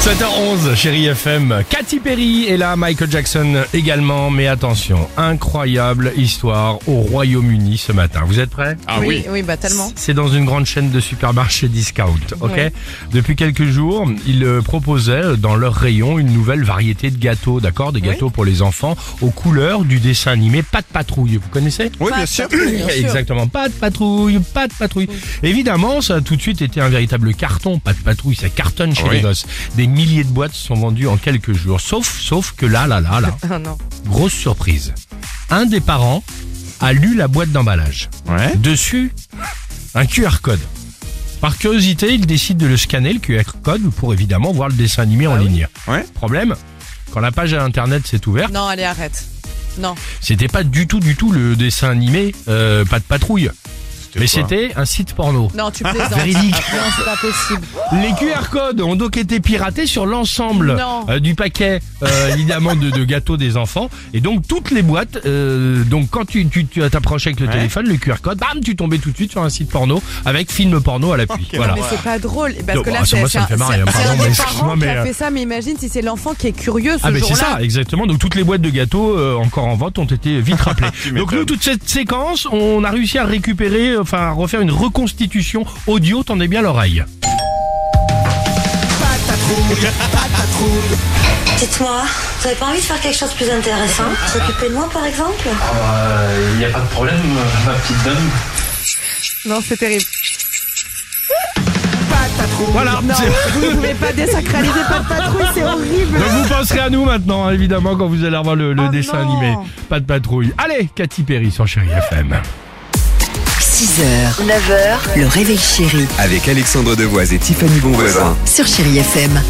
7h11, chérie FM. Katy Perry est là, Michael Jackson également. Mais attention, incroyable histoire au Royaume-Uni ce matin. Vous êtes prêts Ah oui. bah tellement. C'est dans une grande chaîne de supermarchés discount, ok Ouais. Depuis quelques jours, ils euh, proposaient dans leur rayon une nouvelle variété de gâteaux, d'accord Des gâteaux pour les enfants aux couleurs du dessin animé Pas de patrouille, vous connaissez Oui, bien sûr. Eh, Exactement, pas de patrouille, pas de patrouille. Évidemment, ça a tout de suite été un véritable carton, pas de patrouille, ça cartonne chez Oui. les gosses. Des milliers de boîtes sont vendues en quelques jours, sauf, sauf que là, là, là, là, Ah non. grosse surprise. Un des parents a lu la boîte d'emballage. Ouais. Dessus, un QR code. Par curiosité, il décide de le scanner, le QR code, pour évidemment voir le dessin animé en ligne. Ah Ouais. Problème quand la page à internet s'est ouverte, Non, allez, arrête. Non. c'était pas du tout, du tout le dessin animé, euh, pas de patrouille. quoi Mais c'était un site porno. Non, tu plaisantes. Véridique. Non, c'est pas possible. Les QR codes ont donc été piratés sur l'ensemble Non. euh, du paquet, euh, évidemment, de, de gâteaux des enfants. Et donc, toutes les boîtes, euh, donc quand tu tu- tu t'approchais avec le Ouais. téléphone, le QR code, bam, tu tombais tout de suite sur un site porno avec film porno à l'appui. Ok, voilà. Mais c'est pas drôle. Parce Ah Non, que bah, là, ça, c'est moi, ça c'est me un, fait c'est marrer, hein. un Pardon, mais des excuse-moi, parents qui mais, a euh, fait ça, mais imagine si c'est l'enfant qui est curieux ce Ah ben c'est jour-là. ça, exactement. Donc toutes les boîtes de gâteaux euh, encore en vente ont été vite rappelées. Donc nous, m'étonnes. toute cette séquence, on a réussi à récupérer, euh, enfin à refaire une reconstitution audio, tendez bien l'oreille. Dites-moi, vous avez pas envie de faire quelque chose de plus intéressant S'occuper de moi par exemple Il n'y a pas de problème, euh, ma petite dame. Non, c'est terrible. Voilà. Non, c'est- vous ne pouvez pas désacraliser pas de patrouille, c'est horrible. Donc vous penserez à nous maintenant, hein, évidemment, quand vous allez revoir le, le Oh dessin non. animé. Pas de patrouille. Allez, Cathy Perry sur Chéri FM. 6h, 9h, le réveil chéri Avec Alexandre Devoise et Tiffany Bonvoisin. sur Chérie FM.